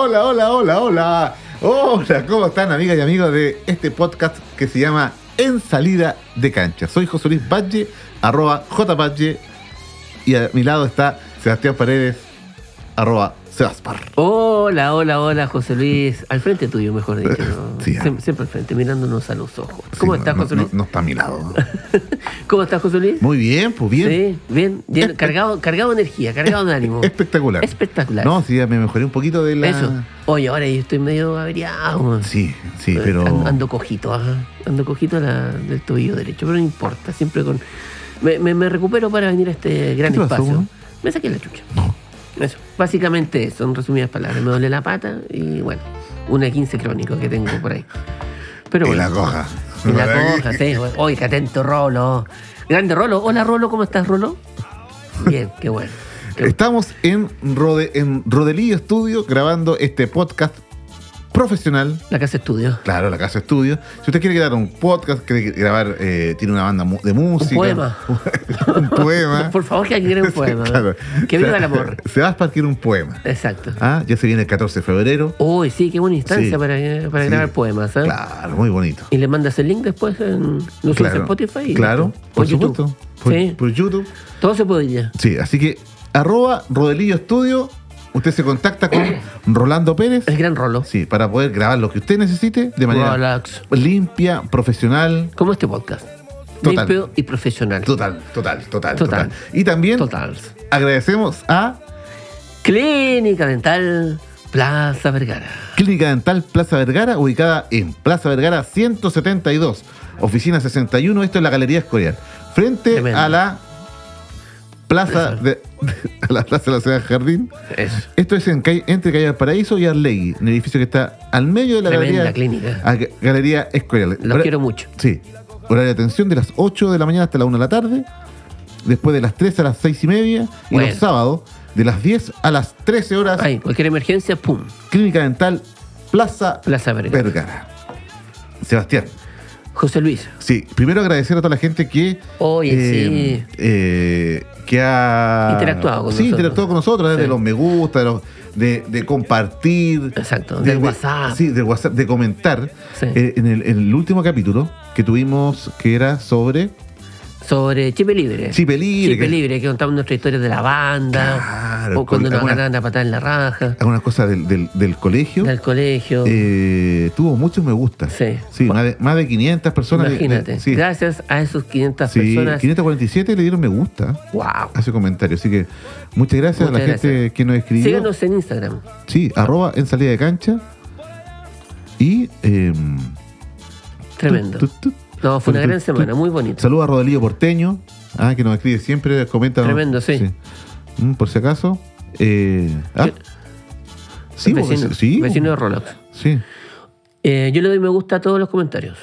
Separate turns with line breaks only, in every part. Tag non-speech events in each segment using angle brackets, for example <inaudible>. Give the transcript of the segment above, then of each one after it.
hola, hola. Hola, ¿cómo están amigas y amigos de este podcast que se llama En Salida de Cancha? Soy José Luis Valle, arroba J Valle, y a mi lado está Sebastián Paredes, arroba Sebaspar.
Hola, hola, hola, José Luis. Al frente tuyo, mejor dicho. ¿no?
Sí, ah.
Siem- siempre al frente, mirándonos a los ojos. ¿Cómo
Sí,
estás,
no,
José
no,
Luis?
No, no está a mi lado.
¿Cómo estás, José Luis?
Muy bien, pues bien.
Sí, bien. lleno-
Espe-
cargado, cargado de energía, cargado de ánimo.
Espectacular.
Espectacular.
No, sí, ya me mejoré un poquito de la.
Eso. Oye, ahora yo estoy medio averiado.
Sí, sí, pero.
An- Pues, Ando cojito, ajá. Ando cojito la- del tobillo derecho, pero no importa, siempre con... Me, me- me recupero para venir a este gran
te pasó,
espacio.
weón?
Me saqué la chucha.
No.
Eso, básicamente eso, en resumidas palabras. Me duele la pata y bueno, una 15 crónico que tengo por ahí. Pero
Y la
bueno.
coja. <laughs>
Y la coja, sí. Oye, qué atento Rolo. Grande Rolo. Hola Rolo, ¿cómo estás Rolo? Bien, qué bueno. Qué bueno.
Estamos en, Rode, en Rodelillo Estudio grabando este podcast profesional.
La casa
<laughs>
estudio.
Claro, la casa estudio. Si usted quiere grabar un podcast, quiere grabar, eh, tiene una banda mu- de música.
poema.
<laughs> un poema.
<laughs> Por favor, que alguien un poema.
Sí, <laughs> claro.
Que viva
Se-
el amor.
<laughs> Se va a partir un poema.
Exacto.
Ah, ya se viene el 14 de febrero.
Uy, sí, qué buena instancia
Sí.
para, eh, para
Sí.
grabar poemas, ¿eh?
Claro, muy bonito.
Y le mandas el link después en, lo subes a Spotify. y
claro,
listo. O
por
YouTube.
supuesto. Por,
sí,
por YouTube.
todo se podía.
Sí, así que arroba Rodelillo Estudio. Usted se contacta con
<coughs>
Rolando Pérez.
El gran Rolo.
Sí, para poder grabar lo que usted necesite de manera
Relax.
limpia, profesional.
Como este podcast.
Total.
Limpio y profesional.
Total, total, total, total.
Total.
Y también
Total.
agradecemos a
Clínica Dental Plaza Vergara.
Clínica Dental Plaza Vergara, ubicada en Plaza Vergara 172, oficina 61. Esto es la Galería Escorial, frente
Tremendo.
a la Plaza de, <laughs> a la Plaza de la Ciudad Jardín.
Eso.
Esto es en calle- entre Calle Valparaíso y Arlegui, un edificio que está al medio de la
Tremenda
galería,
clínica.
a- galería Escorial.
Los
Hora-
quiero mucho.
Sí, horario de atención de las 8 de la mañana hasta la 1 de la tarde, después de las 3 a las 6 y media, y
Bueno.
los sábados de las 10 a las 13 horas,
Ahí, cualquier emergencia, pum.
Clínica Dental Plaza
Plaza Vergara.
Vergara. Sebastián,
José Luis.
sí, primero agradecer a toda la gente que.
Oye,
eh, eh, que ha.
Interactuado con
sí,
nosotros.
interactuado con nosotros, eh, de
Sí.
los me gusta, de, los- de, de compartir.
Exacto,
de-
del
de-
WhatsApp.
Sí, del WhatsApp, de comentar.
Sí.
Eh, en, el, en el último capítulo que tuvimos, que era sobre.
Sobre Chipe Libre.
Chipe Libre,
Chipe
que-
Libre, que contamos nuestra historia de la banda.
Claro,
o cuando
con-
nos
alguna-
agarraban a patada en la raja.
algunas cosas del, del, del colegio.
Del colegio.
eh, tuvo muchos me gusta.
Sí.
más, de, más de 500 personas. le- le-
Imagínate.
sí,
Gracias a esos 500
sí,
personas.
547 le dieron me gusta
¡Wow!
a ese comentario. Así que muchas gracias a la
Muchas
gente
gracias.
que nos escribió.
Síganos en Instagram.
Sí, arroba en salida de cancha. Y. em,
Tremendo.
tu, tu, tu.
No, fue una
tu,
gran
tu,
semana, muy bonito.
Saludos a Rodelillo Porteño, ah, que nos escribe siempre, comenta.
Tremendo, sí.
Mm, por si acaso. eh, ah.
Yo-
Sí, vos,
vecino,
sí, vos.
vecino de Rolox.
Sí.
Eh, yo le doy me gusta a todos los comentarios.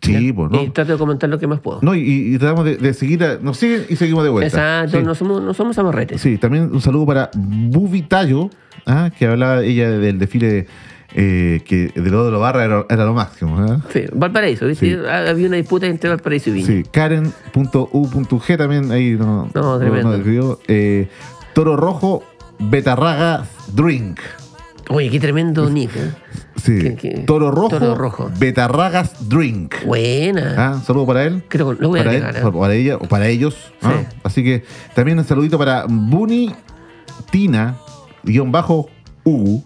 Sí,
¿ya?
pues, ¿no?
Y trato de comentar lo que más puedo.
No, y, y tratamos de, de seguir, a- nos siguen y seguimos de vuelta.
Exacto,
Sí.
no somos, no somos amarretes.
Sí, también un saludo para Bubitallo, ah, que hablaba ella del desfile eh, que de lo de lo barra era, era lo máximo. ¿ah?
Sí, Valparaíso, ¿viste?
Sí.
Ah, Había una disputa entre Valparaíso y Viña.
Sí, Karen.u.g también ahí no,
No, tremendo.
escribió. Eh, Toro Rojo, Betarraga Drink.
Oye, qué tremendo nick. ¿eh?
Sí.
¿Qué- qué?
Toro Rojo,
Toro Rojo.
Betarragas Drink.
Buena.
Ah, un saludo para él.
Creo que lo voy a
para, él,
agregar. ¿eh?
para ella o para ellos. ¿no?
Sí.
Así que también un saludito para Buni Tina, guión bajo U.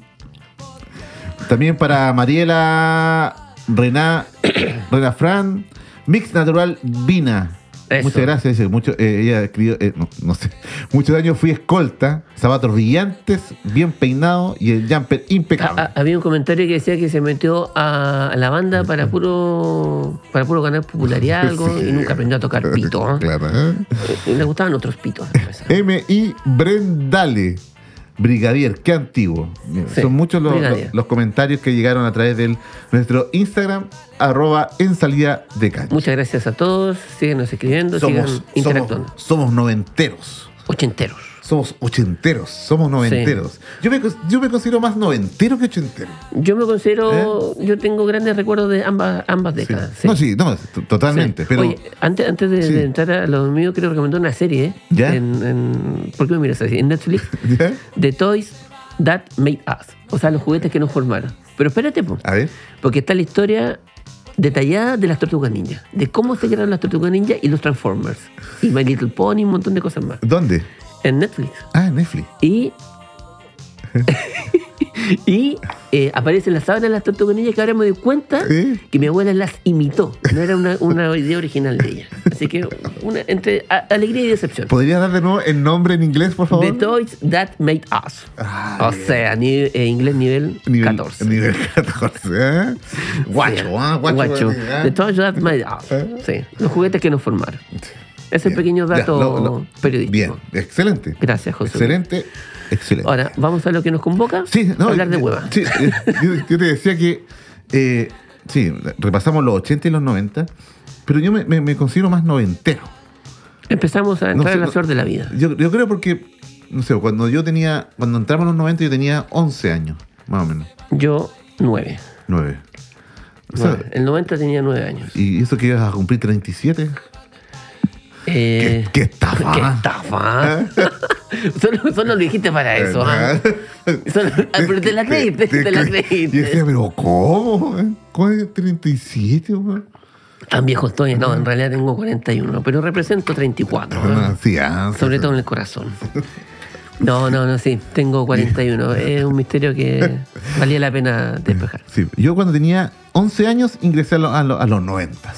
También para Mariela Rená, <coughs> Rená Fran, Mix Natural Vina.
Eso.
Muchas gracias, dice, mucho, eh, ella escribió, eh, no, no sé, <laughs> muchos años fui escolta, zapatos brillantes, bien peinado y el jumper impecable.
Ah, ah, había un comentario que decía que se metió a, a la banda para puro para puro ganar popularidad
<laughs>
algo
Sí.
y nunca aprendió a tocar pito. ¿eh?
<laughs> Claro, ¿eh?
Eh, Le gustaban otros pitos. pues.
<laughs> M.I. Brendale. Brigadier, qué antiguo. Mira,
Sí,
Son muchos los,
Brigadier.
los- los comentarios que llegaron a través de nuestro Instagram, arroba en salida de cancha.
Muchas gracias a todos. Síguenos escribiendo,
Somos,
sigan interactuando.
somos, somos noventeros.
Ochenteros.
Somos ochenteros. Somos noventeros. Yo, me, cons- yo me considero más noventero que ochentero.
Yo me considero, yo tengo grandes recuerdos de ambas ambas
¿Eh? Sí.
décadas. sí.
No, sí, no, t- totalmente.
Sí.
Pero
Oye, antes, antes de,
Sí.
de entrar a lo mío, quiero recomendar una serie. ¿eh?
¿Ya?
En, en- ¿Por qué me miras así? En Netflix.
<laughs> ¿Ya?
The Toys That Made Us. O sea, los juguetes que nos formaron. Pero espérate, po,
A ver.
porque está la historia detallada de las tortugas ninja. De cómo se crearon las tortugas ninja y los Transformers. Y My Little Pony y un montón de cosas más.
¿Dónde?
En Netflix.
Ah, en Netflix.
Y. <laughs> y eh, aparecen las sábanas de las tortugas ninja que ahora me doy cuenta
¿Eh?
que mi abuela las imitó. No era una, una idea original de ella. Así que, una, entre a- alegría y decepción.
¿Podrías dar de nuevo el nombre en inglés, por favor?
The Toys That Made Us.
Ah,
o sea, ni- eh, inglés nivel,
Nivel
14.
Nivel 14. ¿eh? Guacho,
Sí.
¿ah? Guacho.
Guacho.
¿eh?
The Toys That Made Us.
¿Eh?
ah, Sí, los juguetes que nos formaron. Ese
Bien.
pequeño
Ya,
dato
lo- lo-
periodístico.
Bien, excelente.
Gracias, José.
Excelente, excelente.
Ahora, vamos a lo que nos convoca.
Sí, no,
Hablar de
yo-
hueva.
Sí, eh, yo, yo te decía que, eh, sí, repasamos los 80 y los 90, pero yo me, me- me considero más noventero.
Empezamos a entrar
sé,
en la
no-
flor de la vida.
Yo, yo creo porque, no sé, cuando yo tenía, cuando entramos en los 90 yo tenía 11 años, más o menos,
Yo, nueve.
9. O sea,
Nueve. El 90 tenía nueve años.
¿Y eso que ibas a cumplir 37?
Eh,
¿Qué, qué estafa? <laughs>
¿Qué estafa? solo, solo lo dijiste para eso. ¿ah? Solo- ah, pero te la creíste, te la
Y decía, <laughs>
creíste.
pero ¿cómo? eh? ¿Cómo es 37? weón?
Tan viejo estoy. No, en realidad tengo 41, pero represento 34. ¿ah?
Ah, sí, ah, sí,
Sobre
sí.
todo en el corazón. No, no, no, sí, tengo 41. Es un misterio que valía la pena despejar.
Sí, yo cuando tenía 11 años ingresé a, lo- a lo- a los 90.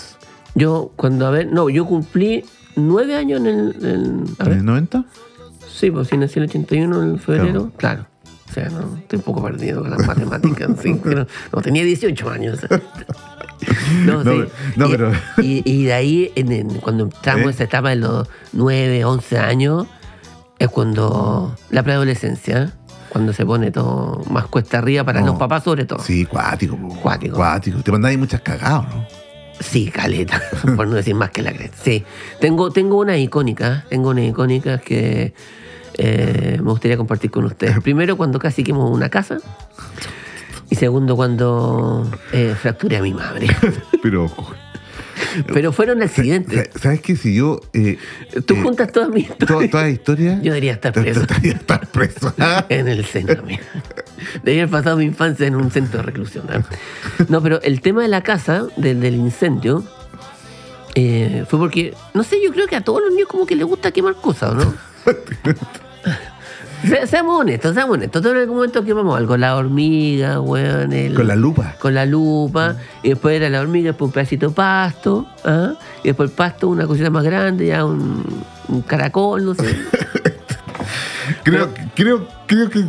Yo, cuando, a ver, no, yo cumplí nueve años en el. en- a
¿En
ver,
el 90?
sí, pues si nací en el 81 en febrero, claro. O sea, no, estoy un poco perdido con las matemáticas. sí, pero- no, tenía 18 años. <laughs> No,
No,
sí.
no,
y,
pero-
y- y de ahí, en- en- cuando entramos en
¿Eh?
esa etapa de los 9, 11 años, es cuando la preadolescencia, cuando se pone todo más cuesta arriba para
No.
los papás sobre todo.
Sí, cuático. po.
Oh. Cuático.
Te mandáis muchas cagadas,
<laughs>
¿no?
Sí, caleta, <laughs> por no decir más que la creta. Sí, tengo, tengo unas icónicas, tengo unas icónicas que eh, me gustaría compartir con ustedes. Primero, cuando casi quemo una casa. Y segundo, cuando eh, fracturé a mi madre.
Pero,
Pero fueron accidentes.
¿sabes qué? Si yo. eh,
Tú
eh,
juntas todas mis
to-
<laughs> historias.
toda la historia.
Yo debería estar preso.
Debería estar preso. ¿ah?
<laughs> En el centro, mira. Debía haber pasado mi infancia en un centro de reclusión. ¿no? No, pero el tema de la casa, del, del incendio, eh, fue porque, no sé, yo creo que a todos los niños como que les gusta quemar cosas,
<laughs>
¿no? Se- seamos honestos, seamos honestos. Todos en algún momento quemamos algo. La hormiga, weón. el-
Con la lupa.
con la lupa, y después era la hormiga, después un pedacito de pasto, ¿ah? y después el pasto, una cosita más grande, ya un, un caracol, no sé.
Creo, creo, creo que.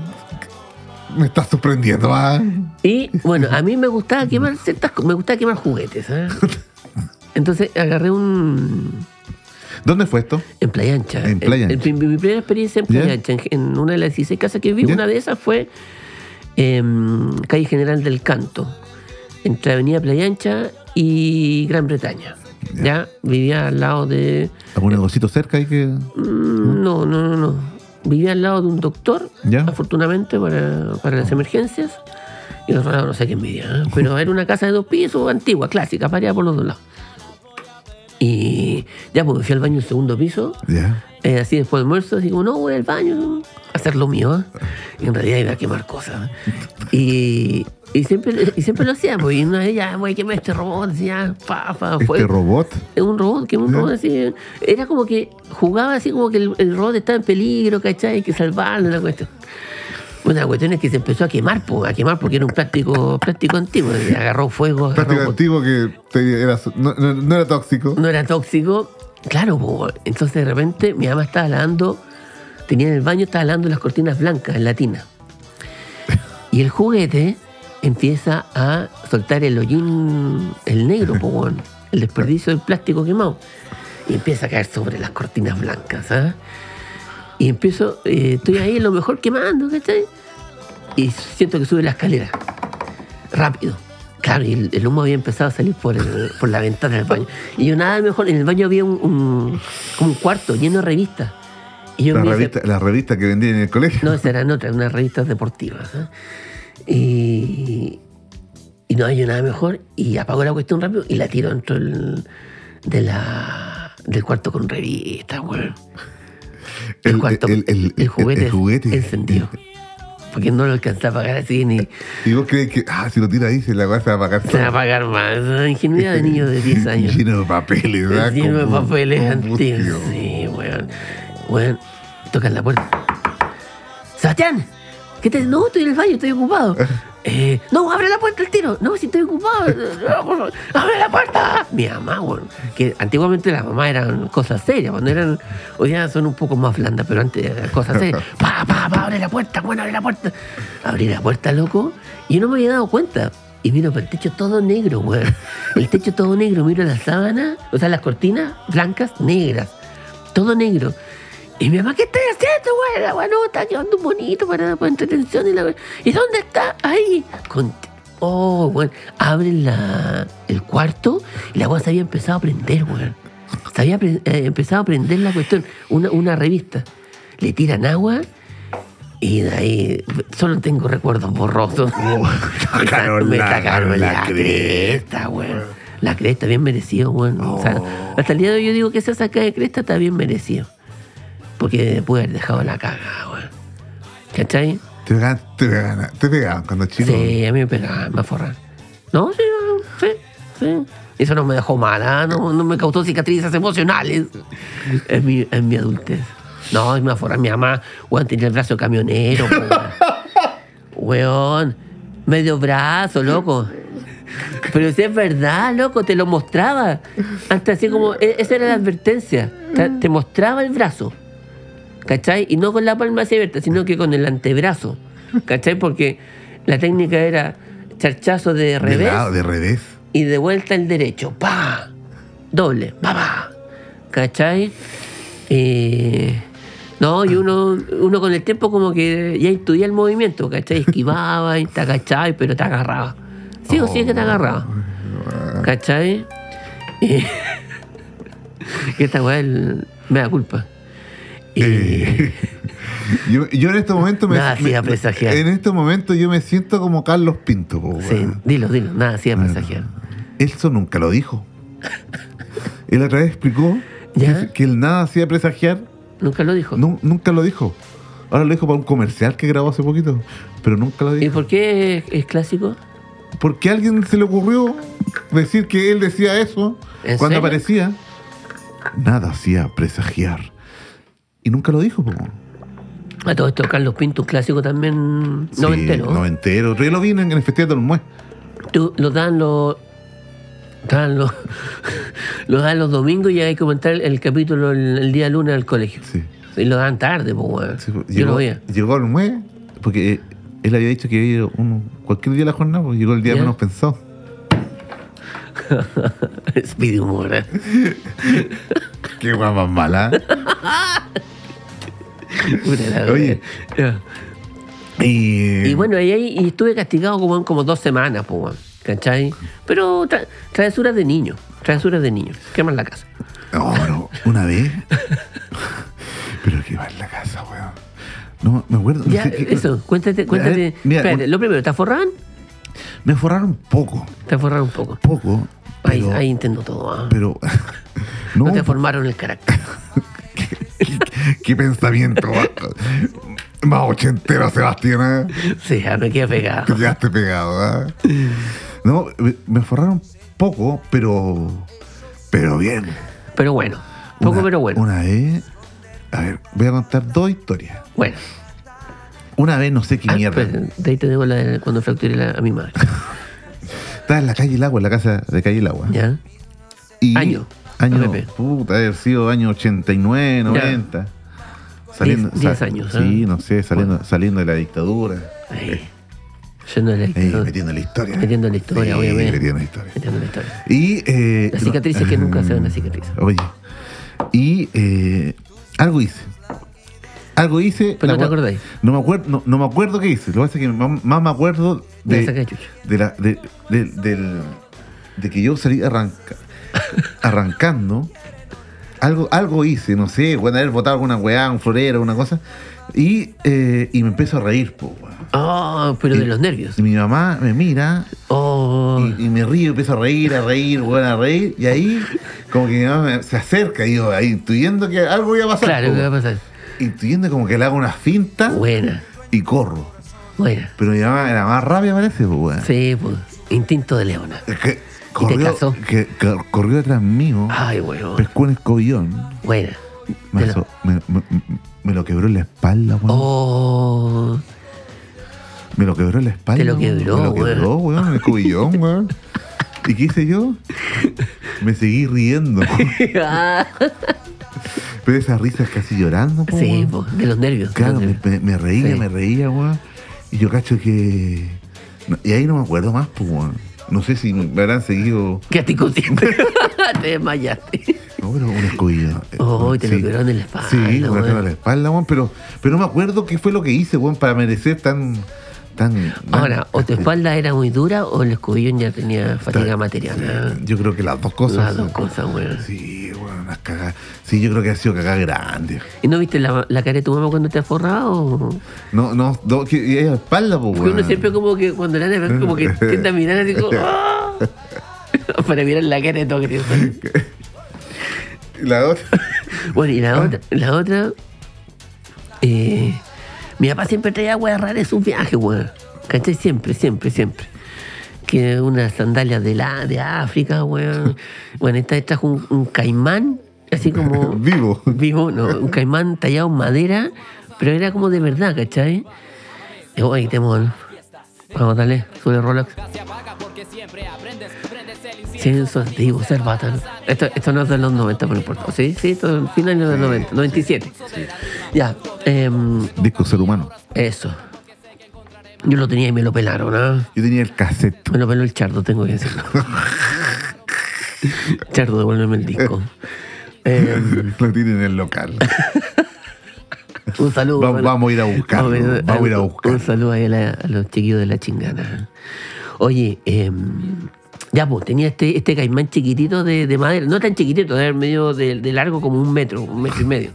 Me estás sorprendiendo, ¿ah?
Y bueno, a mí me gustaba quemar ciertas co- me gustaba quemar juguetes. ¿eh? Entonces agarré un.
¿Dónde fue esto?
En Playa Ancha.
En Playa
El- el-
Ancha.
mi, mi primera experiencia en
¿Ya?
Playa Ancha, en, en una de las 16 casas que vi,
¿Ya?
una de esas fue em, Calle General del Canto, entre Avenida Playa Ancha y Gran Bretaña.
Ya.
¿Ya? Vivía al lado de.
¿Algún negocito cerca? Hay que.
Mm, No, no, no, no. Vivía al lado de un doctor,
¿Ya?
afortunadamente, para, para las emergencias. Y los no sé qué envidia, ¿eh? pero era una casa de dos pisos, antigua, clásica, pareada por los dos lados. Y ya, pues me fui al baño en segundo piso,
Ya.
eh, así después de almuerzo, así como, no, voy al baño, a hacer lo mío. ¿eh? Y en realidad iba a quemar cosas. ¿eh? Y, y, siempre, y siempre lo hacía, pues, y una vez ya, voy a quemar este robot, decía, pa, pa, fue-
Este robot.
es un robot, que un robot así. eh. Era como que jugaba así como que el, el robot estaba en peligro, ¿cachai? Hay que salvarlo, la cuestión. Bueno, la cuestión es que se empezó a quemar, po, a quemar porque era un plástico, plástico antiguo. y Agarró fuego, agarró
Práctico antiguo que te- era, no, no- no era tóxico.
no era tóxico. Claro, po. entonces de repente mi mamá estaba lavando, tenía en el baño, estaba lavando las cortinas blancas en la tina. Y el juguete empieza a soltar el hollín, el negro, po, weón, el desperdicio del plástico quemado. Y empieza a caer sobre las cortinas blancas. ¿ah? Y empiezo, eh, estoy ahí a lo mejor quemando, ¿cachai? Y siento que sube la escalera. Rápido. Claro, y el, el humo había empezado a salir por, el- por la ventana del baño. Y yo nada mejor, en el baño había un, un- como un cuarto lleno de revistas. Y yo
La
me dije,
revista, la revista que vendía en el colegio.
no, esa era en otra, en unas revistas deportivas. ¿eh? Y, y no hay nada mejor. Y apago la cuestión rápido y la tiro dentro del, de la, del cuarto con revistas, weón. El, cuarto, el,
el- el- el
juguete,
juguete.
encendido. porque no lo alcanza a pagar así ni
Y vos crees que, ah, si lo tira ahí, se la vas a pagar.
se va a pagar más. Esa Ingenuidad de niño de 10 años.
<laughs> Lleno de papeles, ¿verdad?
Lleno de
Como-
papeles
como
antiguos.
tío.
Sí, weón. Weón, tocan la puerta. Sebastián, ¿qué te.? No, estoy en el baño, estoy ocupado. Eh, no, abre la puerta al tiro. No, si estoy ocupado. eh, No, por favor, ¡Abre la puerta! Mi mamá, weón. Que antiguamente las mamás eran cosas serias. Cuando eran. Hoy día son un poco más blandas, pero antes eran cosas serias. Pa, pa, pa, abre la puerta, bueno, abre la puerta. Abrí la puerta, loco. Y yo no me había dado cuenta. Y miro para el techo todo negro, weón. El techo todo negro. Miro las sábanas, o sea, las cortinas blancas, negras. Todo negro. Y mi mamá, ¿qué estás haciendo, güey? La güey no está llevando un bonito para, para entretención. Y, la, güey, ¿Y dónde está? Ahí. Con, oh, güey. Abren la, el cuarto y la güey se había empezado a prender, güey. Se había pre- eh, empezado a prender la cuestión. Una, una revista. Le tiran agua y de ahí solo tengo recuerdos borrosos. <laughs> Me
sacaron
me
la-
sacaron
la
la cresta, güey. La cresta, bien merecido, güey. O sea,
Oh.
hasta el día de hoy yo digo que esa saca de cresta está bien merecido. Porque después haber dejado la cagada, weón. ¿Cachai?
Te pegaban, te pegaban, te pegaban cuando chico.
Sí, a mí me pegaban, me aforran. No, sí, no, sí, sí. Eso no me dejó mala, no, no me causó cicatrices emocionales en mi, en mi adultez. No, y me aforran mi mamá, weón, tenía el brazo camionero, po, weón. Weón, medio brazo, loco. Pero si es verdad, loco, te lo mostraba. Hasta así como, e- esa era la advertencia. Te, te mostraba el brazo. ¿Cachai? Y no con la palma hacia abierta, sino que con el antebrazo. ¿Cachai? Porque la técnica era charchazo de
De
revés
lado, de revés.
y de vuelta el derecho. ¡Pa! Doble. ¡Pa, pa! ¿Cachai? Eh, no, y uno, uno con el tiempo como que ya intuía el movimiento, ¿cachai? Esquivaba, y te cachai, pero te agarraba. Sí o sí es que te agarraba. ¿Cachai? Eh, que <laughs> esta weá es el- me da culpa. Y- <laughs>
Eh, yo, yo en estos momentos me,
Nada hacía
me-
presagiar.
en estos momentos yo me siento como Carlos Pinto. po,
sí,
weón.
dilo, dilo, nada, hacía presagiar.
Eso nunca lo dijo. Él otra vez explicó
¿Ya?
que, que el nada hacía presagiar.
Nunca lo dijo.
Nu- nunca lo dijo. Ahora lo dijo para un comercial que grabó hace poquito, pero nunca lo
¿Y
dijo.
por qué es, es clásico?
Porque a alguien se le ocurrió decir que él decía eso
¿En
cuando
serio?
aparecía. Nada hacía presagiar. Y nunca lo dijo. po.
A todo esto, Carlos Pinto, un clásico también
Sí,
noventero. ¿no?
Noventero. Yo lo vi en, en el Festival del Mue.
Tú- lo dan los. Dan los, <laughs> lo dan los domingos y hay que comentar el, el capítulo el, el día lunes al colegio.
Sí.
Y lo dan tarde, pues, weón.
Sí, po.
Yo lo
llegó,
<laughs> veía.
llegó al Mue porque eh, él había dicho que iba a ir uno- cualquier día de la jornada, pues llegó el día
Ya.
menos pensado.
Speedy humor. ¿eh?
Qué guapa mala.
Puta la
Oye. eh,
wea.
Y,
Y bueno, ahí, ahí- y estuve castigado como, como dos semanas, pues, weón. ¿Cachai? Pero tra- travesuras de niño. Travesuras de niño. Queman
<laughs>
la casa.
No, pero una vez. pero que va en la casa, weón. No, me acuerdo. no
Ya,
sé qué-
eso, cuéntate, cuéntate.
mira,
Espérate,
un-
lo primero, ¿te aforran?
Me forraron poco,
Te aforraron un poco.
poco.
Ahí,
Pero.
ahí entiendo todo. ¿ah?
pero <laughs> no,
no te formaron el carácter.
<laughs> qué pensamiento. va. Más ochentero, Sebastián. ¿eh?
Sí, ya me quedé
Te
pegado.
quedaste pegado, ¿ah? No, me- me forraron poco, pero. Pero bien.
Pero bueno, poco
Una-
pero bueno.
Una vez. A ver, voy a contar dos historias.
Bueno,
Una vez no sé qué
Ah,
mierda.
pero de ahí te debo la de cuando fracturé la- a mi madre.
Estaba en la calle El Agua, en la casa de calle El Agua.
¿Ya?
Y
Año.
Año.
APP.
Puta, haber sido año 89, 90.
Diez- diez años, ¿ah?
Sí, no sé, saliendo, saliendo de la dictadura.
Ahí. Yendo a la
Ahí,
historia.
metiendo la historia.
Metiendo la historia,
Sí,
obviamente.
Metiendo la historia.
Metiendo la historia.
Y, eh,
Las cicatrices que nunca se van a
<laughs>
cicatrizar.
Oye. Y eh, algo hice. Algo hice.
Pero Pues no
la
te
gua-
acordáis.
No me acuerdo, no, no me acuerdo qué hice. Lo que pasa es que más, más me acuerdo
De la
de,
saca de chucha.
de la de, de- del- de que yo salí arranca- arrancando algo algo hice no sé bueno haber votado alguna weá un florero una cosa y, eh, y me empiezo a reír po, weón.
Oh, pero de
Y-
los nervios.
y mi mamá me mira
Oh,
y, y me río empiezo a reír a reír weón, a reír y ahí como que mi mamá me- se acerca y yo ahí intuyendo que algo iba a pasar
claro,
po,
¿qué va a
weón.
pasar?
Ah. intuyendo como que le hago una finta
Buena.
y corro
Bueno,
Pero mi mamá era más rápida, parece, pues, weón.
sí, pues, instinto de leona.
Es que corrió,
casó?
que- que corrió detrás mío,
Ay, weón.
pescó un escobillón,
Buena.
me,
Ah, Te lo-
so- me- me- me lo quebró en la espalda, weón. <laughs>
Oh, <laughs>
Me lo quebró en la espalda.
Te lo
weón.
quebró,
Me lo quebró, weón, el
<laughs>
escobillón, weón. ¿Y qué hice yo? Me seguí riendo.
Ah,
Pero esas risas casi llorando, po,
sí,
weón.
pues, de los nervios. de
Claro,
los
me,
nervios.
me- me reía,
Sí.
me reía, weón. Y yo cacho que. no- y ahí no me acuerdo más, pues, weón. No sé si me habrán seguido.
¿Qué aticutiste? <laughs> Te desmayaste.
No, pero un escobillo.
Oh, te lo
Sí.
quebraron en la espalda.
Sí, me
weón.
rajaron la espalda, weón, pero, pero no me acuerdo qué fue lo que hice, weón, para merecer tan. tan
Ahora, o tu espalda era muy dura o el escobillón ya tenía
tan-
fatiga material. ¿eh?
Yo creo que las dos cosas.
Las dos cosas, weón.
Sí, weón, las cagadas. Sí, yo creo que ha sido cagada grande.
¿Y no viste la, la cara de tu mamá cuando te aforraba? O...
No, no, no que, y ella espalda, pues,
Porque
weón.
uno siempre como que cuando la ve como que tiende a mirar así como... ¡ah! <laughs> Para mirar la cara de todo que tiene.
La otra.
Bueno, y la otra... La otra eh, mi papá siempre traía weas raras en sus viajes, weón. ¿Cachai? Siempre, siempre, siempre. Que unas sandalias de, la, de África, weón. Bueno, esta vez trajo un, un caimán, así como...
<laughs> Vivo.
Vivo, no, un caimán tallado en madera, pero era como de verdad, ¿cachai? Y, Uy, temón. Vamos, dale, sube Rolex. Censo antiguo, cerbatano. Esto, esto no es de los 90, pero no importa. Sí, sí, esto es final de los 90, 97. Ya, em,
Disco ser humano.
eso. Yo lo tenía y me lo pelaron, ¿ah?
Yo tenía el cassette.
Me lo peló el chardo, tengo que
<laughs>
decirlo. chardo, devuélveme
<laughs>
el disco. Em,
lo tiene en el
<laughs>
local.
Un saludo.
Va-
para-
vamos a ir a buscarlo, vamos a ir a buscarlo.
Un saludo ahí a, la- a los chiquillos de la chingana. Oye, em, ya pues, tenía este, este caimán chiquitito de, de madera. No tan chiquitito, era medio de, de largo como un metro, un metro y medio.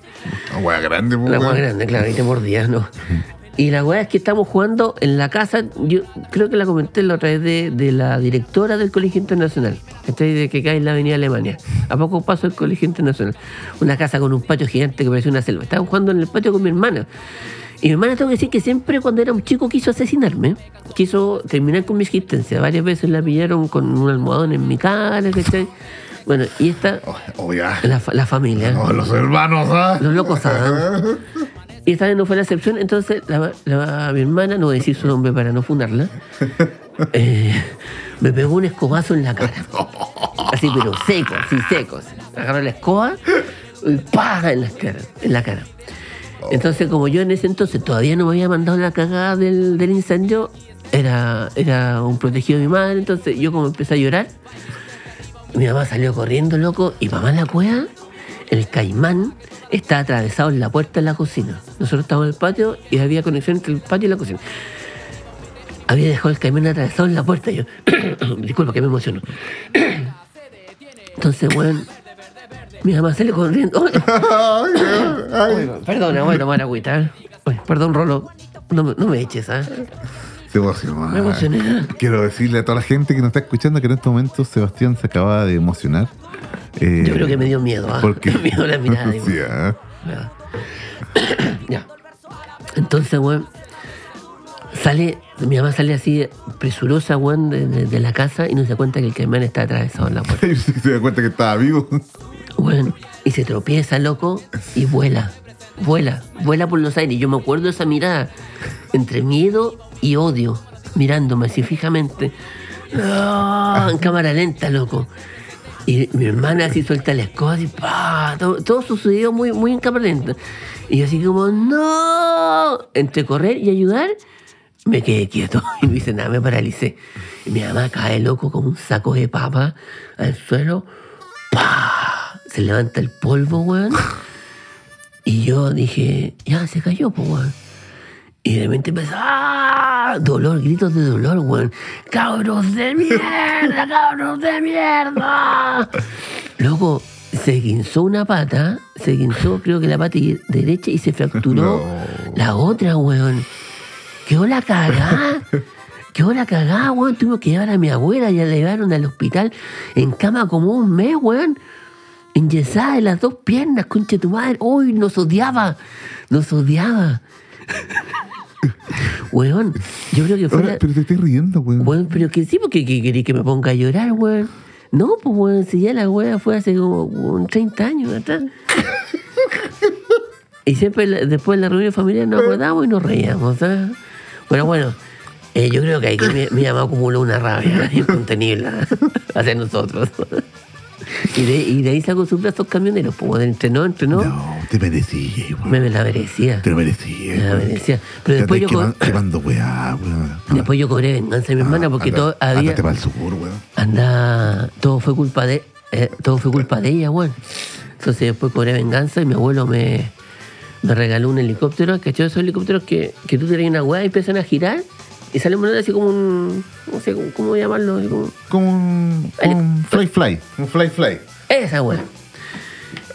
Una hueá grande, pues,
La
weón.
hueá grande, claro, y te mordías, ¿no? Y la hueá es que estamos jugando en la casa, yo creo que la comenté la otra vez de, de la directora del Colegio Internacional, este de que cae en la Avenida Alemania. A poco paso el Colegio Internacional. Una casa con un patio gigante que parecía una selva. Estaba jugando en el patio con mi hermana. Y mi hermana tengo que decir que siempre cuando era un chico quiso asesinarme, quiso terminar con mi existencia. Varias veces la pillaron con un almohadón en mi cara, ¿cachai? Bueno, y esta,
Oh, Oiga.
la, fa- la familia.
No, los hermanos, ¿ah?
Los locos saben. Y esta vez no fue la excepción, entonces la, la- mi hermana, no voy a decir su nombre para no fundarla, eh, me pegó un escobazo en la cara. Así, pero seco, así seco. así. Agarró la escoba y ¡pah! En la cara. En la cara. Entonces, como yo en ese entonces todavía no me había mandado la cagada del, del incendio, era, era un protegido de mi madre, entonces yo como empecé a llorar, mi mamá salió corriendo, loco, y mamá en la cueva, el caimán está atravesado en la puerta de la cocina. Nosotros estábamos en el patio y había conexión entre el patio y la cocina. Había dejado el caimán atravesado en la puerta y yo, <coughs> disculpa que me emociono. <coughs> Entonces, weón, mi mamá salió corriendo. <coughs>
Ay, weón, ay.
Perdona, voy a tomar agüita. ¿eh? Uy, perdón, Rolo. No, me- no me eches, ¿ah?
Se emocionó.
Me emocioné.
Quiero decirle a toda la gente que nos está escuchando que en este momento Sebastián se acaba de emocionar. Eh,
Yo creo que me dio miedo, ¿ah?
Porque...
<laughs> Me dio la
<laughs>
mirada.
Sí, ¿ah?
Ya. <coughs> Ya. Entonces, weón, sale, mi mamá sale así, presurosa, weón, de, de- de la casa y no se da cuenta que el caimán está atravesado en la puerta.
Y se da cuenta que estaba vivo.
Weón, y se tropieza, loco, y vuela. Vuela, vuela por los aires. Yo me acuerdo esa mirada entre miedo y odio, mirándome así fijamente. ¡Ah! En cámara lenta, loco. Y mi hermana así suelta la escoba y ¡pa! Todo, todo sucedió muy, muy en cámara lenta. Y yo así como, ¡no! Entre correr y ayudar, me quedé quieto. <laughs> Y no hice nada, me paralicé. Y mi mamá cae loco como un saco de papa al suelo. ¡pa! Se levanta el polvo, weón. Y yo dije, ya, se cayó, pues, weón. Y de repente empezó, ¡ah! Dolor, gritos de dolor, weón. ¡Cabros de mierda! ¡Cabros de mierda! Loco, se guinzó una pata, se guinzó creo que la pata i- derecha y se fracturó
No.
la otra, weón. Quedó la cagada. Quedó la cagada, weón. Tuvimos que llevar a mi abuela, ya la llevaron al hospital en cama como un mes, weón. Enyesada de las dos piernas, concha de tu madre. Uy, nos odiaba. Nos odiaba. <laughs> Weón, yo creo que fue
Ahora,
la...
pero te estoy riendo, weón.
Weón, pero que sí, porque que querí que me ponga a llorar, weón. No, pues weón, si ya la wea fue hace como un 30 años atrás. y siempre la- después de la reunión familiar nos acordábamos y nos reíamos, ¿sabes? Pero bueno, eh, yo creo que aquí mi, mi mamá acumuló una rabia <laughs> incontenible hacia nosotros. y, de, y de ahí sacó sus brazos camioneros, pues weón, entrenó, entrenó.
No, te merecí, weón.
Me, me la merecía.
Te lo merecí,
Me la
weón.
merecía.
Te
Pero después yo,
andás
co-
queman- quemando, weá, weón.
después yo cobré venganza de mi
Ah,
hermana porque todo había...
Andate para el sur, weón.
Anda, todo fue culpa de eh, todo fue culpa de ella, weón. Entonces después cobré venganza y mi abuelo me, me regaló un helicóptero, ¿cachai? Esos helicópteros que, que tú tenés una weá y empiezan a girar y sale un así como un. No sé cómo- cómo llamarlo. Así como-
Como un,
Ale-
un fly fly. Un fly fly.
esa weá.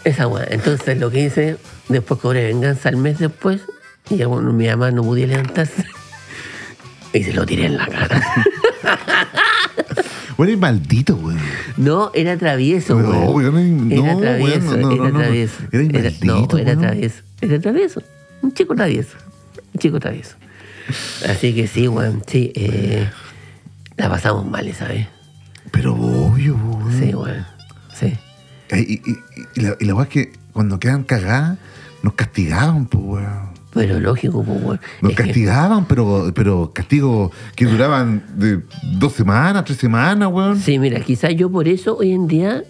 Esa weá. Entonces lo que hice, después cobré venganza al mes después y ya, bueno, mi mamá no podía levantarse. <laughs> Y se lo tiré en la cara.
Weón, es maldito, weón.
No, era travieso,
No,
weón.
weón,
Era
no,
travieso,
weón, no, no,
era
no, no.
travieso.
Era
no,
maldito,
era
weón.
travieso. Era travieso. Un chico travieso. Un chico travieso. Así que sí, weón, sí. eh, la pasamos mal, ¿sabes?
Pero obvio, weón.
Sí, weón. Sí.
Eh, Y, y, y- y la, y la weá es que cuando quedan cagadas, nos castigaban, pues, weón.
Pero lógico, pues, weón. <laughs>
Nos
Es que-
castigaban, pero, pero castigos que duraban de dos semanas, tres semanas, weón.
Sí, mira, quizás yo por eso hoy en día,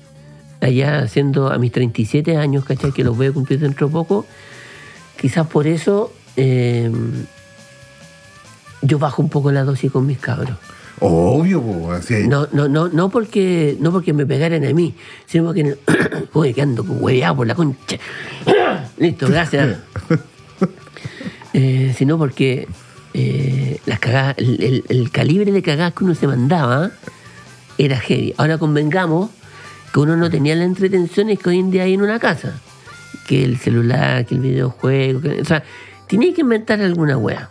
allá haciendo a mis 37 años, ¿cachai? Que los voy a cumplir dentro de poco, quizás por eso eh, yo bajo un poco la dosis con mis cabros.
Obvio, po, weón. Sí,
No, no, no, no porque, no porque me pegaran a mí, sino que <coughs> Uy, que ando con hueveado por la concha. <coughs> Listo, gracias. Eh, sino porque eh, las cagadas, el, el- el calibre de cagadas que uno se mandaba era heavy. Ahora convengamos que uno no tenía las entretenciones que hoy en día hay en una casa. Que el celular, que el videojuego, que- o sea, tenía que inventar alguna wea.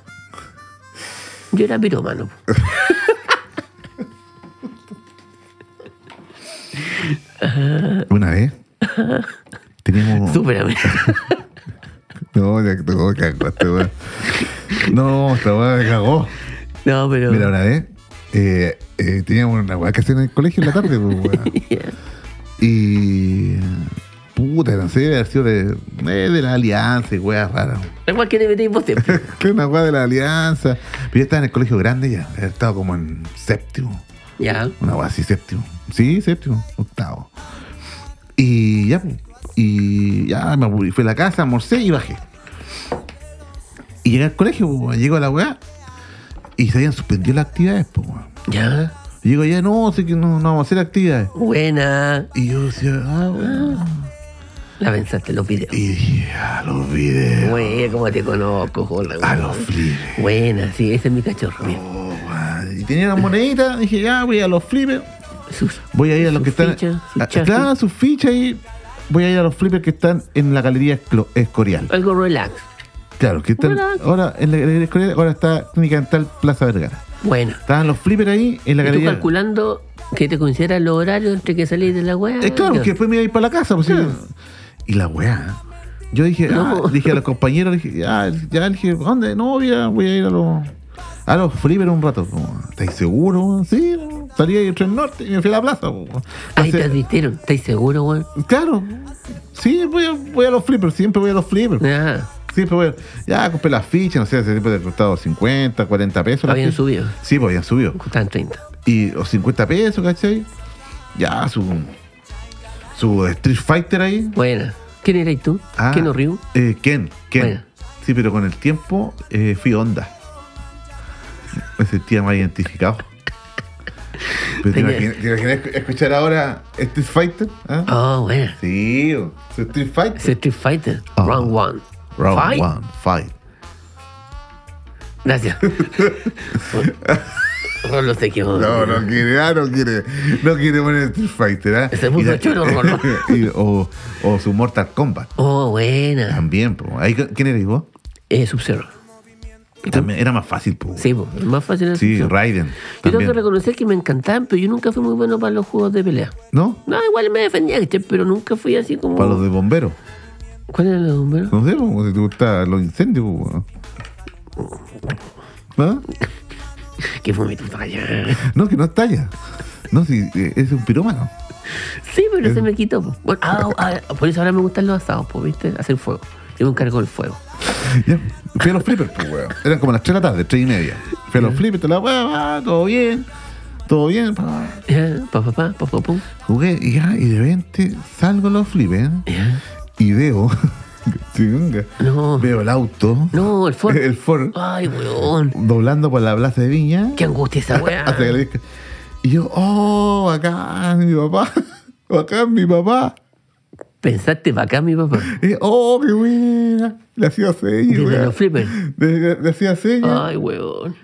Yo era pirómano.
Una
<laughs>
vez teníamos.
Súper
No, ya no, cagó esta weá. No, esta weá me cagó.
No, pero.
Mira, una vez eh, eh, teníamos una weá que hacer en el colegio en la tarde, po, weón. Y. Puta, no sé, debe haber sido de, eh, de la alianza y weá rara.
Igual que le metéis
<laughs>
vos siempre.
Que <laughs> una weá de la alianza. Pero yo estaba en el colegio grande ya, he estado como en séptimo.
Ya.
Una weá así, séptimo. Sí, séptimo, octavo. Y ya, pues, y ya me aburrí. Fui a la casa, almorcé y bajé. Y llegué al colegio, pues, weón. llego a la weá y se habían suspendido las actividades, pues, weón.
Ya.
Llego ya, no, sé que no, no vamos a hacer actividades.
Buena.
Y yo decía, ah, weón.
La pensaste en los videos.
Y dije, a los videos,
Buena, como te conozco, joder.
a los flipes.
Buena, sí, ese es mi cachorro. mira.
Oh, weón. y tenía una monedita, dije, ya, voy a los flipes.
Sus-
Voy a ir a los
Sus
que están.
fichas, sus
Ah,
chasquis.
claro, sus fichas y voy a ir a los flippers que están en la galería Esclo- Escorial.
Algo relax.
Claro, que están
Hola.
ahora en la galería Escorial, ahora está Clínica Dental Plaza Vergara.
Buena.
Estaban los flippers ahí en la
¿Y tú
galería.
calculando que te consideras los horarios entre que salís de la weá?
Eh, claro,
Ah, Ya.
que después me iba a ir para la casa. pues, sí. Y la weá. Yo dije,
No.
ah, <laughs> dije a los compañeros, dije, ya, ya, dije, ¿dónde? No, voy a, voy a ir a los, a los flippers un rato. Como, ¿Estáis seguros? Sí, salí ahí tren norte y me fui a la plaza. como.
Ahí te
Entonces,
advirtieron. ¿Estáis seguro, weón?
Claro. Sí, voy a, voy a los flippers, siempre voy a los flippers.
Ya.
Siempre voy a, Ya compré las fichas, no sé, ese tipo de costado 50, 40 pesos. las
Habían
fichas.
subido.
Sí, pues habían subido.
Costaban 30.
Y, o 50 pesos, ¿cachai? Ya, su. Su Street Fighter ahí.
Buena. ¿Quién erais tú?
Ah,
¿Quién nos riu?
Eh, Ken, Ken.
Bueno.
Sí, pero con el tiempo eh, fui onda. Me sentía más identificado. Pero ¿Te
Tenía-
imaginas, te imaginas escuchar ahora Street Fighter? ah?
Oh, buena.
Sí, su Street Fighter.
Es Street Fighter.
Ah.
Round one.
Round
Fight.
one, fight. <laughs>
Gracias. Rolo se equivocó.
No, no quiere, ah, no quiere, no quiere poner Street Fighter, ¿ah?
Ese puso
Y la-
choro, Rolo.
<laughs> y- o, o su Mortal Kombat,
Oh, buena.
también, po. Ahí, ¿quién eres vos?
Eh, Sub-Zero.
También era más fácil, po.
Sí, po, más fácil es
Sí,
Sub-Zero.
Raiden,
Yo tengo
también.
que reconocer que me encantaban, pero yo nunca fui muy bueno para los juegos de pelea.
¿No?
No, igual me defendía, ¿cachai? pero nunca fui así como.
Para los de bomberos.
¿Cuál era el número?
No sé, po, si te gustan los incendios, po. ¿No?
Que fume tu talla.
¿Ah? No, que no estalla. No, si eh, es un pirómano.
<laughs> Sí, pero se me quitó. po. Bueno, ah, ah, por eso ahora me gustan los asados, po, ¿viste? Hacer fuego. Yo me encargo del fuego.
Ya, Fui a los flippers, pues, weón. Eran como las 3 de la tarde, 3 y media. Fui a los flippers, toda la weá, ah, todo bien, todo bien. pa.
Ya, Pa, pa, pa, pa, pa, pum.
Jugué y ya, y de repente salgo a los flippers
Ya.
y veo, <laughs> chinga,
No.
veo el auto,
No, el
<laughs>
Ford.
el Ford,
Ay, weón.
doblando por la plaza de Viña.
Qué
<laughs>
angustia esa weá.
Hasta que le dije- Y yo, oh, acá mi papá, <laughs> acá mi papá.
Pensaste bacán, mi papá.
Y, oh, qué buena. Le hacía señas.
Desde
weón.
los Ah. flippers.
Le- Le le hacía señas.
Ay, weón.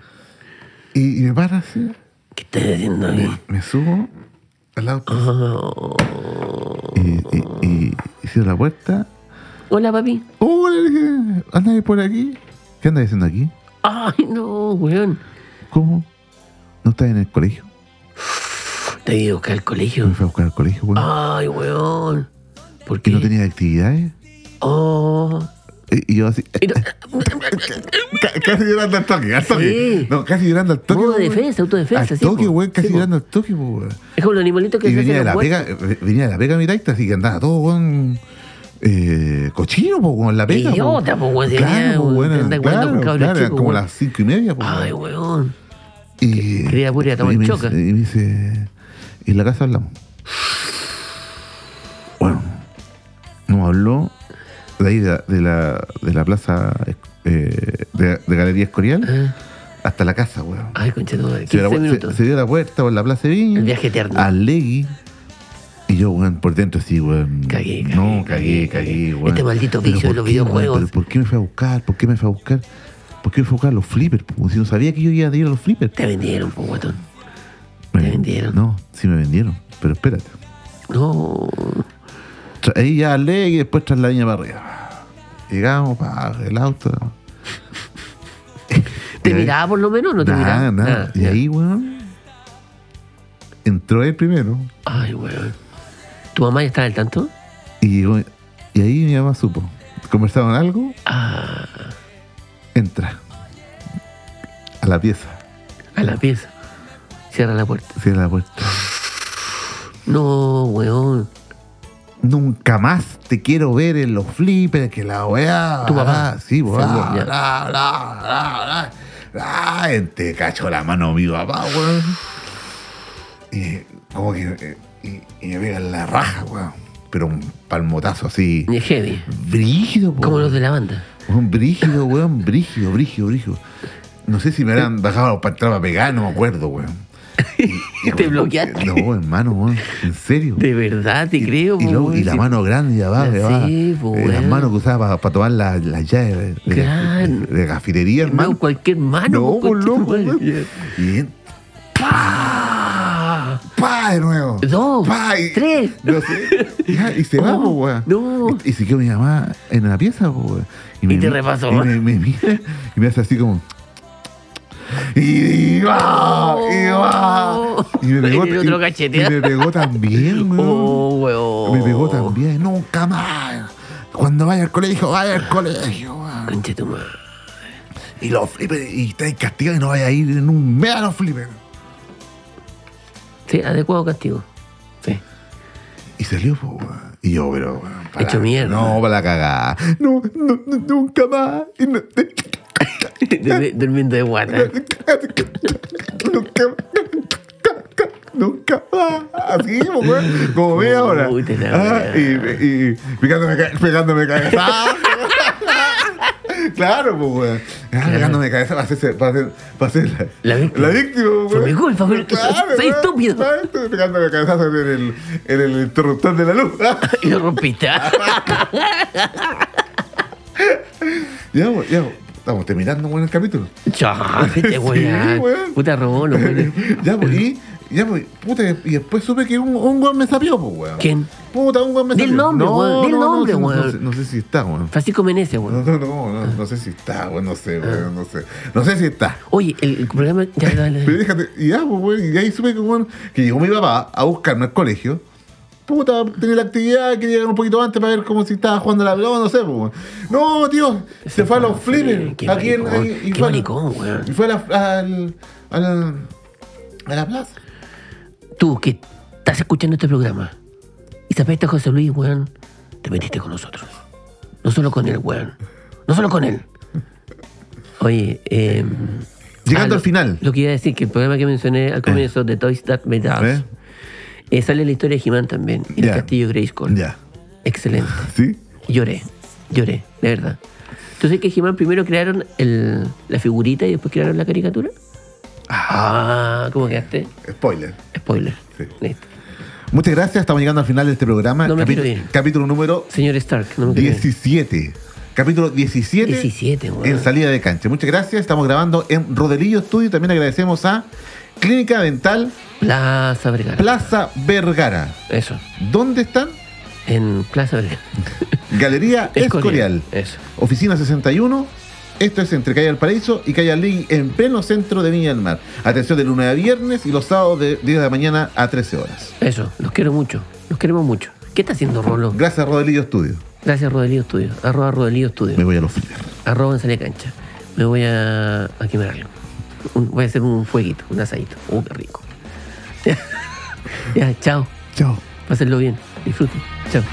Y, y me para así,
¿Qué estás haciendo ahí?
me subo al auto
Oh.
y, y, y- y cierro la puerta.
Hola, papi.
Oh, le dije, ¿andáis por aquí? ¿Qué andáis haciendo aquí?
Ay, no, weón.
¿Cómo? ¿No estás en el colegio?
Te iba a buscar al
Me
colegio.
fui a buscar al colegio, weón.
Ay, weón. ¿Por
Y
qué?
no tenía actividades.
Oh.
Y, y yo así,
<laughs> Y no-
Ca- casi llorando al toque, al toque.
Sí.
No, casi llorando al toque.
Modo
weón.
defensa, autodefensa,
Al
sí,
toque,
po.
weón, casi
Sí, po.
llorando al toque, po, weón.
Es como los animalitos que
Y
se
venía de
hacen
la
los
pega,
huertos.
eh, venía de la pega mi taita, así que andaba todo con eh, cochino, po, con la pega. po.
Idiota, po, weón, si venía,
Claro, po,
weón,
weón,
anda jugando
claro,
con cabros
claro, eran
chicos,
como
weón.
las cinco y media, po,
Ay,
weón.
weón.
Y,
quería pura ir a tomar
y me
choca.
dice- y me dice, en la casa hablamos. Bueno, nos habló de ahí de la, de la, de la plaza eh, de, de Galería Escorial
Ah,
hasta la casa, weón.
Ay, concha, tu madre.
Se dio,
15
la, vu-
minutos.
se- Ah. se dio la vuelta por la Plaza de Viña.
El viaje eterno.
Al Legui. Y yo, weón, por dentro así, weón.
Cagué, cagué,
No, cagué,
cagué,
cagué,
cagué.
weón.
Este maldito
Pero
vicio
¿por
de los
qué, weón?
videojuegos.
Pero ¿Por qué me fue a buscar? ¿Por qué me fue a buscar? ¿Por qué me fue a buscar los flippers? po? Si no sabía que yo iba a ir a los flippers.
Te vendieron, po, guatón.
Me
te vendieron.
No, sí me vendieron. Pero espérate.
No.
Tra- Ahí ya al Legui, después tras la viña para arriba. Llegamos, pa, el
<laughs>
auto.
¿Te
Y ahí-
miraba por lo menos o no te
Nada,
miraba?
nada. Y
ya.
ahí, weón, entró él primero.
Ay, weón. ¿Tu mamá ya estaba al tanto?
Y, llegó- y ahí mi mamá supo. Conversaron algo,
Ah,
entra a la pieza,
a la pieza. Cierra la puerta.
cierra la puerta.
No, weón.
Nunca más te quiero ver en los flippers, que la weá. Ah,
Tu papá.
Sí, weá.
Sí,
Bla,
ya.
bla, bla, bla, bla. Ay, Te Ah, este cacho la mano mi papá, weón. Y como que. eh, Y, y me pega en la raja, weón. Pero un palmotazo así.
Ni es heavy.
Brígido, weón.
Como los de la banda.
Un brígido, weón, brígido, brígido, brígido. No sé si me habrán bajado los pantalones para pegar, no me acuerdo, weón.
Y <laughs> te bloqueaste.
No, hermano, weón, en serio.
De verdad, te
Y-
creo,
y,
po,
luego-
weón.
y la
Si-
mano grande ya va,
Sí,
ya va. Eh,
po,
Las
weón.
manos que usaba para, tomar las la llaves de, de-
Claro.
de- de gafilería,
No,
hermano.
cualquier mano.
No,
po,
por
concha tu
loco,
madre.
weón. Y en-
¡Pah!
¡pa! de nuevo.
Dos,
¡Pa! y-
tres.
No sé. Ya, y se va,
Oh,
po, weón.
no.
Y, y se quedó mi mamá en la pieza, po, weón.
Y te
mi-
repasó.
Y me, me mira y me hace así como. Y, y va, y va. Y me pegó,
Oh. <laughs> Y el otro
y-
cachetea.
y me pegó también, weón.
Oh, weón.
Me pegó también. Nunca más. Cuando vaya al colegio, vaya al colegio, weón.
Concha tu madre.
Y los flippers, y estáis castigados y no vaya a ir en un mes a los flippers.
Sí, adecuado castigo. <laughs> Sí.
Y salió, po, weón. Y yo, pero, weón. para-
Hecho mierda.
No, para la cagada. No, no, no, nunca más. Y no-
Dur- Durmiendo de guata.
nunca más. Nunca más. Así, po, weón. Como ve ahora.
Uy, te la
Ah, y, y, y pegándome, ca- pegándome cabeza. <laughs> Claro, pues, weón. Ah, Pegándome cabeza para hacerse, para hacer, para hacer la,
La víctima.
weón.
Fue mi culpa, pero soy
weón.
estúpido.
Ah, estuve Pegándome cabezazo en el, en el interruptor de la luz. Ah,
Y lo <laughs> rompiste.
Ya, weón, ya, weón. estamos terminando un buen capítulo.
Chao,
Sí,
vete,
weón.
weón. Puta robó los weones.
ya, pues, y, ya, pues, puta, y después supe que un, un weón me sapió, pues, weón.
¿Quién?
Puta, un weón me
Di el
sapió.
nombre, weón, di el nombre,
no, no,
weón.
sé- no sé si está, weón.
Francisco Meneses,
No,
weón.
no, no, no, no sé si está, weón, no
Ah.
sé, weón, no sé. No sé si está.
Oye, el, el programa. Ya, dale, dale.
Pero déjate, y ya, pues, weón, y ahí supe que, weón, que llegó mi papá a buscarme al colegio Puta, tenía la actividad, quería llegar un poquito antes para ver cómo si estaba jugando la pelota, no sé, pues, weón. No, tío, se fue a los flippers.
Qué
aquí en-
maricón,
y
qué
fue a-
maricón, weón.
Y fue a la, al, al- a la plaza.
Tú que estás escuchando este programa y sabes a José Luis, weón, te metiste con nosotros. No solo con él, weón. No solo con él. Oye, eh,
Llegando
Ah, lo-
al final.
Lo que iba a decir, que el programa que mencioné al comienzo de Toys That Made Us,
¿Eh?
eh, sale la historia de He-Man también, y
Ya.
el castillo Grayskull.
Ya. <laughs>
Excelente.
¿Sí?
Lloré, lloré, de verdad. ¿Tú sabes que He-Man primero crearon el- la figurita y después crearon la caricatura? Ah, ¿cómo quedaste?
Spoiler.
Spoiler.
Sí.
Listo.
Muchas gracias, estamos llegando al final de este programa.
No me
Capi-
quiero ir.
Capítulo número
Señor Stark, no me creo.
17. Capítulo 17.
17, weón.
En salida de cancha. Muchas gracias. Estamos grabando en Rodelillo Studio. También agradecemos a Clínica Dental
Plaza Vergara.
Plaza Vergara.
Eso,
¿Dónde
<laughs>
están?
en Plaza Vergara.
Galería Escorial.
Eso.
Oficina 61. Esto es entre Calle Valparaíso y Calle Aligui en pleno centro de Viña del Mar. Atención de lunes a viernes y los sábados de 10 de la mañana a 13 horas.
Eso, los quiero mucho, los queremos mucho. ¿Qué está haciendo Rolo?
Gracias, Rodelillo Studio.
Gracias, Rodelío Estudio. Arroba Rodelío
Me
Estudio.
voy a los flippers.
Arroba en Salida cancha. Me voy a, a quemar algo. Un- voy a hacer un fueguito, un asadito. Uh, qué rico. <laughs> ya, chao.
Chao.
Pásenlo bien. Disfruten. Chao.